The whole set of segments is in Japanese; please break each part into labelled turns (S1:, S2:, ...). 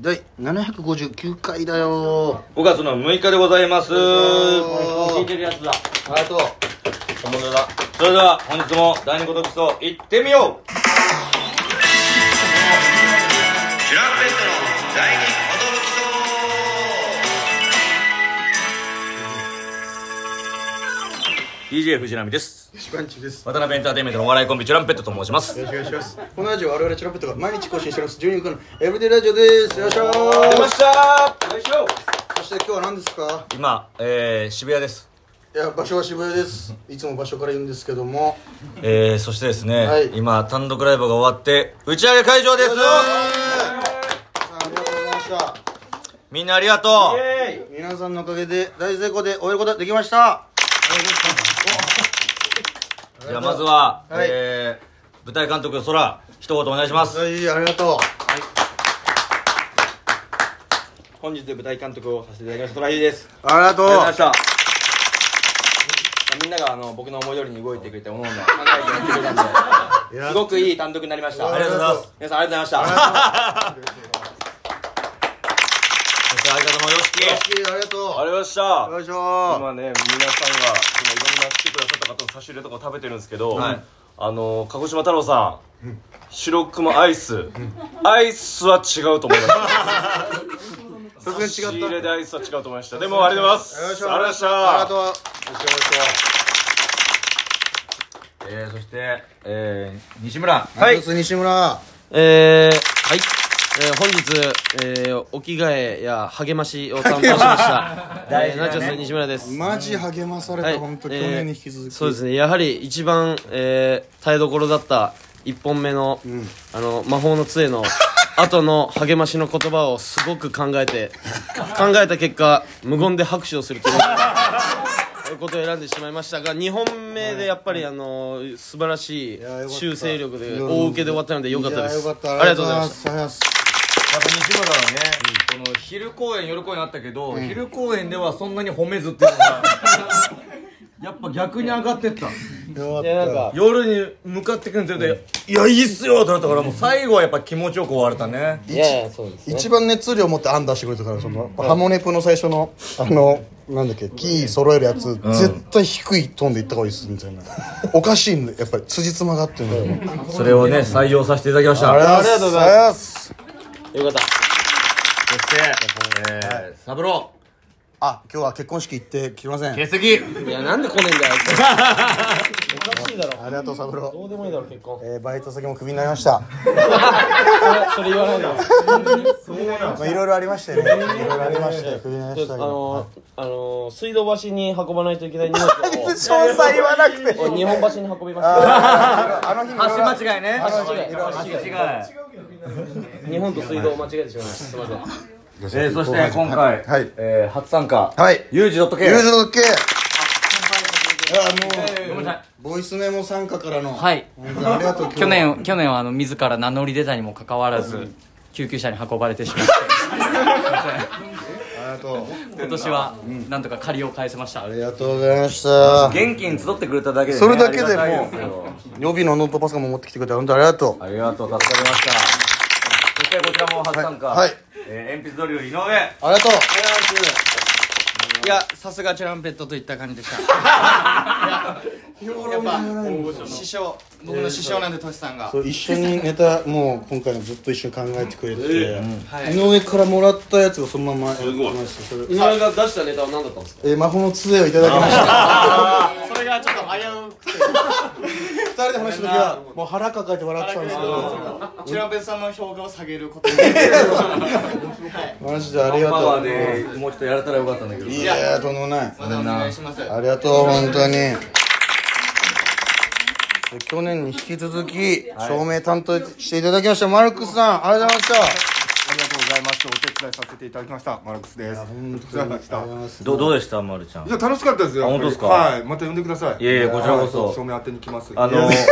S1: 第759回だよ
S2: 5月の6日でございま
S1: お
S2: す。
S1: ー
S2: 聞いてるやつだ。
S1: ありがとう
S2: 本物だ。それでは本日も第二言武装行ってみようチュランペットの第二言武装 DJ 藤波です
S1: 石川んちです
S2: 渡辺エンターテインメントのお笑いコンビチュランペットと申します
S1: よろしくお願いしますこのラジオは我々チュラペットが毎日更新してます12分のエブリデイラジオですよいしょ
S2: 出ま
S1: ー
S2: したよいしょ
S1: そして今日は何ですか
S2: 今、えー、渋谷です
S1: いや場所は渋谷ですいつも場所から言うんですけども
S2: えー、そしてですね、
S1: はい
S2: 今単独ライブが終わって打ち上げ会場です
S1: さあありがとうございました
S2: みんなありがとう
S1: 皆さんのおかげで大成功で終えることができました
S2: じゃあまずは、
S1: はい
S2: えー、舞台監督空一言お願いします
S1: はいありがと
S3: 本日舞台監督をさせていただきましたトラヒーです
S1: うありがとう
S3: ありがとうございましたみんながあの僕の思い通りに動いてくれておのおの考えてやってくれたん
S1: い
S3: で
S1: や
S3: すごくいい単独になりました
S2: ありがとうございます
S3: 皆さんありがとうございました
S2: そして相方のよしき
S1: よしあ
S4: あり
S1: りがと
S4: がとうございました
S1: うよいしょ
S4: 今ね皆さんが今いろんな来てくださった方の差し入れとかを食べてるんですけど、
S2: はい
S4: あの鹿児島太郎さん、白熊アイス、アイスは違うと思いました
S1: さすが
S4: 差
S1: に違った
S4: し入れでアイスは違うと思いましたでもありがとうございます
S1: よいしょ
S4: ありがとうございました
S1: ありがとうよいしょよいしょ
S2: えー、そして、えー、西村
S1: は西村
S5: えー、はい。えー、本日、えー、お着替えや励ましを担当し ました。
S2: 大
S5: 大
S2: 事だね
S5: 事ナチョス西村です。
S1: マジ励まされた、
S5: はい
S1: 本当
S5: え
S1: 去
S5: ー
S1: 年に引き続き、
S5: そうですね。やはり一番、えー、耐えどころだった一本目の、あの、魔法の杖 の後の励ましの言葉をすごく考えて、考えた結果、無言で拍手をするという。いうことを選んでしまいましたが2本目でやっぱりあの素晴らしい
S1: やよかった
S5: 修正力で大受けで終わったので良かったで
S1: いや
S5: す
S1: よかった
S5: ありがとうございました
S1: ありがとうございます
S2: やっぱ西村はね、この昼公演夜公演あったけど、昼公演ではそんなに褒めずっていうのがやっぱ逆に上がってった
S1: よかった
S5: いやなんか
S2: 夜に向かってくるにつれて「いやいいっすよ」ってなったからもう最後はやっぱ気持ちよく終われたね
S5: いやいやそうですね
S1: 一番熱量持って案出してくれたからその、ハモネプの最初のあのなんだっけキー揃えるやつ、絶対低いトーンでいった方がいいっすみたいなおかしいんでやっぱり辻褄がってるのよ
S2: それをね採用させていただきました
S1: ありがとうございます
S5: よかった
S2: そして、えー、三郎
S1: あ今日は結婚式行って来ませんあ
S2: 欠席
S5: いや、なんで来ねえんだよ。
S1: りがとう三郎、
S5: どうでもいいだろ、結婚。
S1: えー、バイト先もクビになりました
S5: それ言わないで。
S1: まあいろいろありましてねいろいろありましてクビになりまし
S5: あ
S1: たけど
S5: のー、あのー、水道橋に運ばないといけない荷 物を
S1: 詳細言わなくて
S5: 日本橋に運びました。
S1: あの日
S2: 橋間違いね
S5: 橋違い
S2: 橋違い
S5: 日本と水道を間違えてしまいました。すみません。
S2: えー、そして今回、
S1: はい
S2: えー、初参加、
S1: はい
S2: ユージ .K
S1: 友
S2: ご
S1: 情系いや
S2: めんなさい
S1: もうボイスメモ参加からの
S6: はい
S1: 本当にありがとう
S6: 去年去年はあの自ら名乗り出たにもかかわらず救急車に運ばれてし まって
S1: ありがとう
S6: 今年はなんとか借りを返せました
S1: ありがとうございました
S2: 元気に集ってくれただけで、ね、
S1: それだけでもう
S2: ありがたいですよ
S1: 予備のノートパソコンも持ってきてくれて本当ありがと
S2: ありがとう助かりましたそしてこちらも初参加、
S1: はいはい
S2: えー、鉛筆ドリル井上あ
S1: うありがとう
S3: いやさすがチュランペットといった感じでした やっぱ師匠僕の師匠なんでトシさんが
S1: そう一緒にネタもう今回のずっと一緒に考えてくれて、井上からもらったやつをそのままやってましたそれ
S5: 井上が出したネタは何だったんですか
S1: えー魔法の杖をいただきました
S3: それがちょっと危うくて
S1: 二人で話した時はもう腹抱えて笑ってたんですけど
S3: チュランペットさんの評価を下げることに
S1: マジでありが
S2: パワ
S1: と
S2: ー
S1: う
S2: でもうちょっとやれたらよかったんだけど
S1: いやとんでもない
S3: お願いします
S1: ありがとう本当に去年に引き続き照明担当していただきましたマルクスさんありがとうございました
S7: ありがとうございます。お手伝いさせていただきました。マルクスです。お疲れ様でした。い
S2: どどうでしたまるちゃん
S7: や、楽しかったですよ。
S2: あ本当ですか
S7: はい、また呼んでください。
S2: いえいえこちらこそ
S7: はい照明当てに来ます。
S2: あの
S7: はい、
S2: って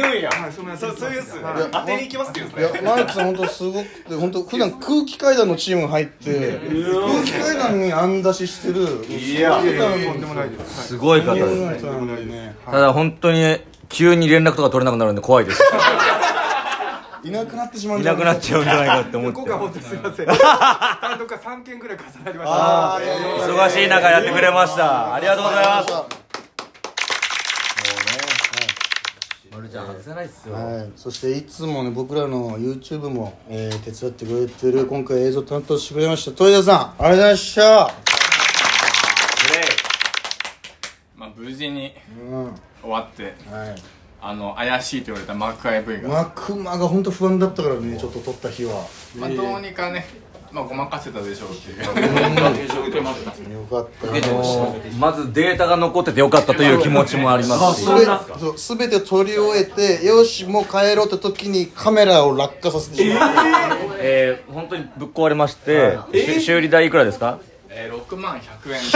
S2: 言うんや
S7: 照明当てに来ます。そういうです。
S3: 当てに行きますって言うん
S1: いやマルクさん本当すごくて本当普段空気階段のチームが入って空気階段に案出ししてるいや
S7: いやいやとんでもないです。
S2: すごい方です
S1: な人なんでね
S2: ただ本当に急に連絡とか取れなくなるんで怖いです
S1: いなくなってしまうん
S2: い
S1: じゃ
S2: な
S1: ない
S2: くなっちゃうんじゃないかって思っ
S7: 今
S2: て
S7: 回本当にすみま せん。単独が三件ぐらい重なりました。
S2: 忙しい中やってくれましたありがとうございます丸ちゃん外せないっすよ
S1: はい、そしていつもね僕らの YouTube も、えー手伝ってくれてる今回映像担当してくれました豊田さんありがとうございました
S8: まあ、無事に
S1: うん
S8: 終わって
S1: はい
S8: あの怪しいと言われたマーク IV が、
S1: マクマが本当不安だったからねちょっと撮った日は
S8: まあ、どうにかね、まあ、ごまかせたでしょうっていう受けました
S1: よかったな
S2: まずデータが残っててよかったという気持ちもありますし
S1: すべそう全て撮り終えてよしもう帰ろうって時にカメラを落下させてしまった、
S2: えー本当にぶっ壊れましてし修理代いくらですか
S8: えー、6万100円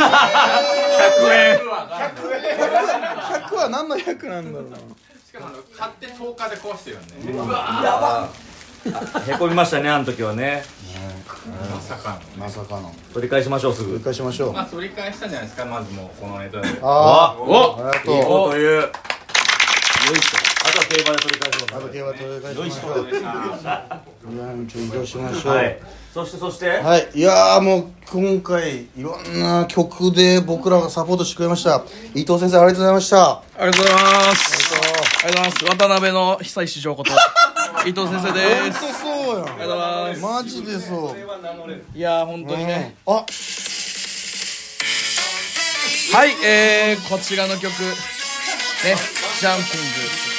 S1: 100は何の100なんだろうな
S8: しかもあの買って10日で壊してるんで、
S2: へこみましたねあの時はね
S8: まさかの
S1: まさかの
S2: 取り返しましょうす
S1: 繰り
S2: ぐ
S1: 返しましょう
S8: まあ取り返したんじゃないですかまずもうこのネタで
S1: あー
S5: お
S1: ありがとう
S2: 行こうというよいしょあとは競馬で取り返しま
S1: あ
S2: す
S1: と競馬取り返しましょううんちょ移動しましょう
S2: はいそしてそして
S1: はい、いやーもう今回いろんな曲で僕らがサポートしてくれました伊藤先生ありがとうございました
S9: ありがとうございます。ありがとうございます。渡辺の久石譲こと、伊藤先生で
S1: 本
S9: す。
S1: 当そうやんありがとうございますマジでそう、
S9: いやー、本当にね。
S1: あ
S9: はい、えー、こちらの曲、ね、ジャンピン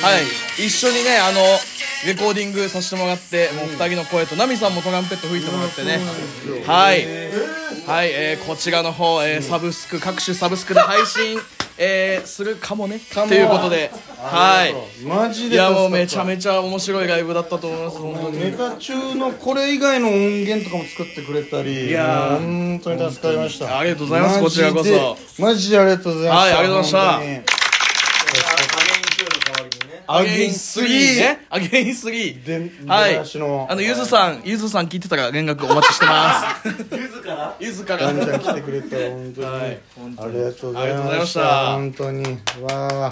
S9: グ。はい、一緒にね、あの、レコーディングさせてもらって、もう二人の声と、ナミさんもトランペット吹いてもらってね。はい、はい、えー、こちらの方、えー、サブスク、各種サブスクで配信、えー、するかもね、ということで、はい。
S1: マジ
S9: い
S1: で助か
S9: や、
S1: った
S9: もうめちゃめちゃ面白いライブだったと思います、本当に。
S1: ネタ中のこれ以外の音源とかも作ってくれたりいや本当に助かりました
S9: ありがとうございますこちらこそ
S1: マジでマジでありがとうございました
S9: はいありがとうございました
S1: ア
S9: ア
S1: ゲ
S9: ゲ
S1: イン
S9: イン
S1: ス
S9: ス
S1: リ
S9: リ
S1: ー
S9: ーね。アゲインスリー。
S1: で
S9: はい
S1: 出だしの
S9: あの、ゆずさん、ゆずさん聞いてたら連絡お待ちしてます。 ゆずから
S1: ガ
S9: ゆ
S1: ン
S9: ず
S1: ち
S9: か
S1: ゃ
S9: ら。
S1: ん来てくれて本当に、ありがとうござい
S9: ありがとうござい
S1: ま
S9: ま
S1: し
S9: したた
S1: 本当にわあ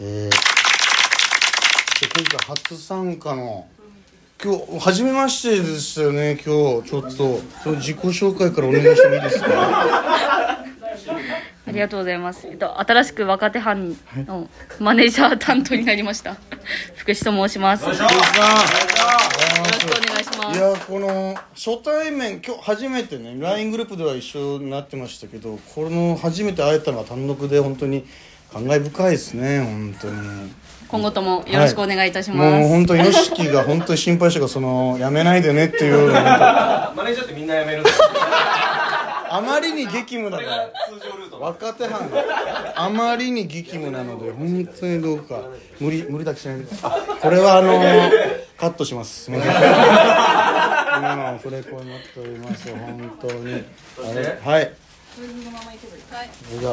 S1: えー、で今回初参加の今日初めましてでしたよね今日ちょっとその自己紹介からお願いしてもいいですか
S10: ありがとうございます。えっと、新しく若手班のマネージャー担当になりました。 福士と申します。よろしくお願いしま
S1: い
S10: す。
S1: やこの初対面今日初めてね LINE グループでは一緒になってましたけどこの初めて会えたのは単独で本当に感慨深いですね本当に
S10: 今後ともよろしくお願いいたします。
S1: もう本当よしきが本当に心配したからそのやめないでねっていうのが
S4: マネージャーってみんな辞める
S1: あまりに激務だから若手班あまりに激務なので本当にどうか無理無理だけしないでこれはあのカットしますすみません今のオフレコになっております本当にあれはいそれじゃ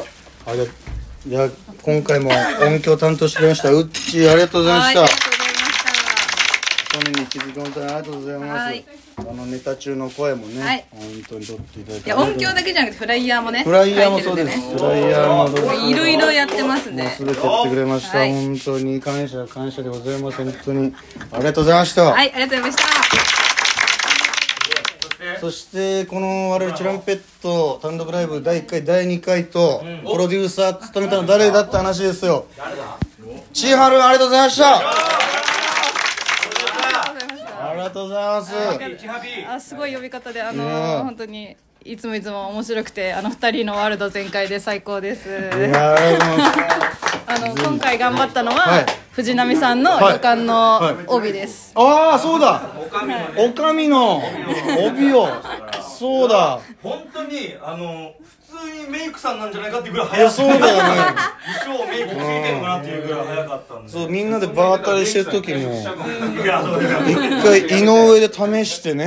S1: あれじゃあ今回も音響担当してくれましたうっちーありがとうございま
S10: は
S1: し
S10: い、ありが
S1: た
S10: とうございまし
S1: 去年に気づき本当にありがとうございます、
S10: はい
S1: あのネタ中の声もね、
S10: はい
S1: 本当に撮っていただい
S10: た。い
S1: て
S10: や、音響だけじゃなくてフライヤーもね。
S1: フライヤーもそうです、
S10: 入ってるん
S1: フライヤーもどう
S10: でねいろいろやってます
S1: もう
S10: ね
S1: す。べてやってくれました、
S10: はい
S1: 本当に感謝感謝でございます本当にありがとうございました、
S10: はい、ありがとうございました。
S1: そしてこの我々チュランペット単独ライブ第1回第2回とプロデューサー務めたの誰だって話ですよちはるありがとうございましたありがとうございます
S11: あすごい呼び方であの
S1: ねえ
S11: ー本当にいつもいつも面白くてあの二人のワールド全開で最高です
S1: いやありがとうございます
S11: あの今回頑張ったのは、
S1: はい
S11: 藤波さんの旅館の帯です、
S1: ああそうだおかみの帯をそうだ
S2: 本当にあの普通にメイクさんなんじゃないかってぐらい
S1: いやそうだよね
S2: 衣装メイクついてるのかなっていうぐらい早かったんで
S1: そうみんなでバータリしてる時も
S2: いやそうだ
S1: 一回井上で試してね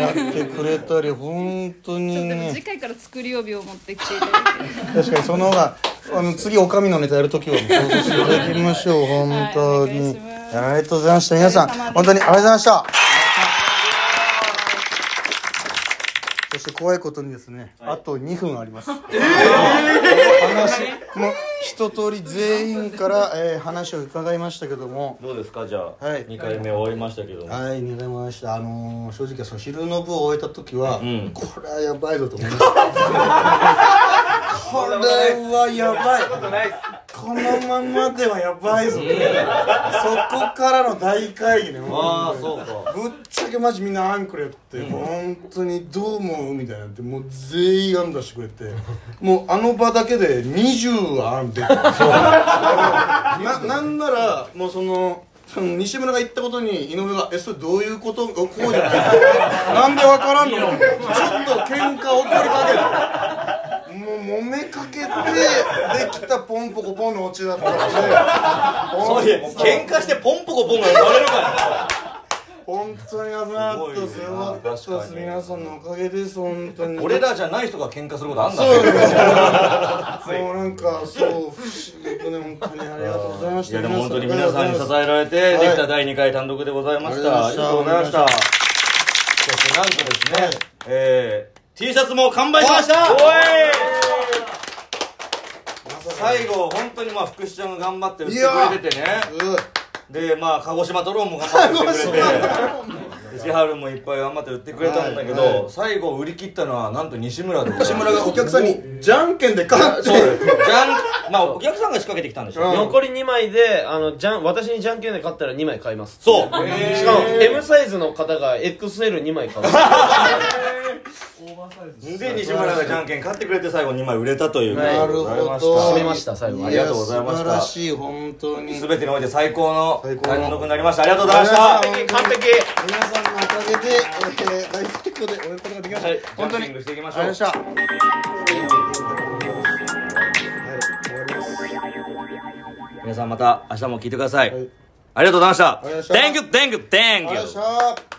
S1: やってくれたり本当に
S11: でも
S1: ね
S11: 次回から作り帯を持ってきていただいて
S1: 確かにその方があの次おかみのネタやるときはもうそうしていただきましょう本当
S11: はいお願い
S1: に
S11: しま
S1: ありがとうございました皆さん
S11: お疲れ様です
S1: 本当にありがとうございましたそしして怖いことにですね、あと2分あります。え話、もう一通り全員から、えー話を伺いましたけども。
S2: どうですかじゃあ、
S1: はい
S2: 2回目終わりましたけども、
S1: はい、2回回した。あのー正直その昼の部を終えた時は、これはやばいぞと思いました。これはやばい。このままではやばいぞ。そこからの大会議ね。
S12: あー
S1: 本当にぶっちゃけマジみんなあんくれって、もう本当にどう思うみたいなって、もう全員案出してくれて、もうあの場だけで20案出た。ななんならもうそのその西村が言ったことに井上が「えそれどういうことこうじゃない?」なんでわからんのちょっと喧嘩起こりかけるもう揉めかけてできたポンポコポンのオチだったので
S12: そういや喧嘩してポンポコポンが生まれるから
S1: 本当に危なかったですよかったです皆さんのおかげです本当に
S12: 俺らじゃない人が喧嘩することあんだ
S1: そう
S12: ね
S1: ですねもうなんかそう不思議とね本当にありがとうございまし
S2: い
S1: た
S2: やでも本当に皆さんに支えられて、できた第2回単独でございましたあ
S1: あり
S2: りが
S1: が
S2: と
S1: と
S2: う
S1: う
S2: ご
S1: ござい
S2: ざいま
S1: ま
S2: し
S1: したた
S2: そしてなんとですね、えー、T シャツも完売しましたおい最後本当にまあ福士ちゃんが頑張って売ってくれててねでまあ鹿児島ドローンも頑張って売ってくれて千春もいっぱい頑張って売ってくれたんだけど、
S12: はいは
S2: 最後売り切ったのはなんと西村で
S1: 西村がお客さんにじゃんけんで勝って
S2: そうですじゃんまあお客さんが仕掛けてきたんでしょ、
S5: 残り2枚であのじゃん私にじゃんけんで勝ったら2枚買います
S2: そうし
S5: かも M サイズの方が XL2 枚買う
S2: で西村がじゃんけん勝ってくれて最後2枚売れたという
S5: なるほど
S2: 締
S5: 締めました最後
S2: ありがとうございまし
S1: いや素
S2: た
S1: 晴らしい本当に
S2: 全てにおいて最高の単独になりましたありがとうございました
S1: 完璧皆さんのおかげで、えー、大成功で終えることができました、本当に
S2: していきまし
S1: あ
S2: ょ
S1: り
S2: う
S1: がとうございました
S2: 皆さんまた明日も聞いてください、ありがとうございました Thank you, thank you, thank you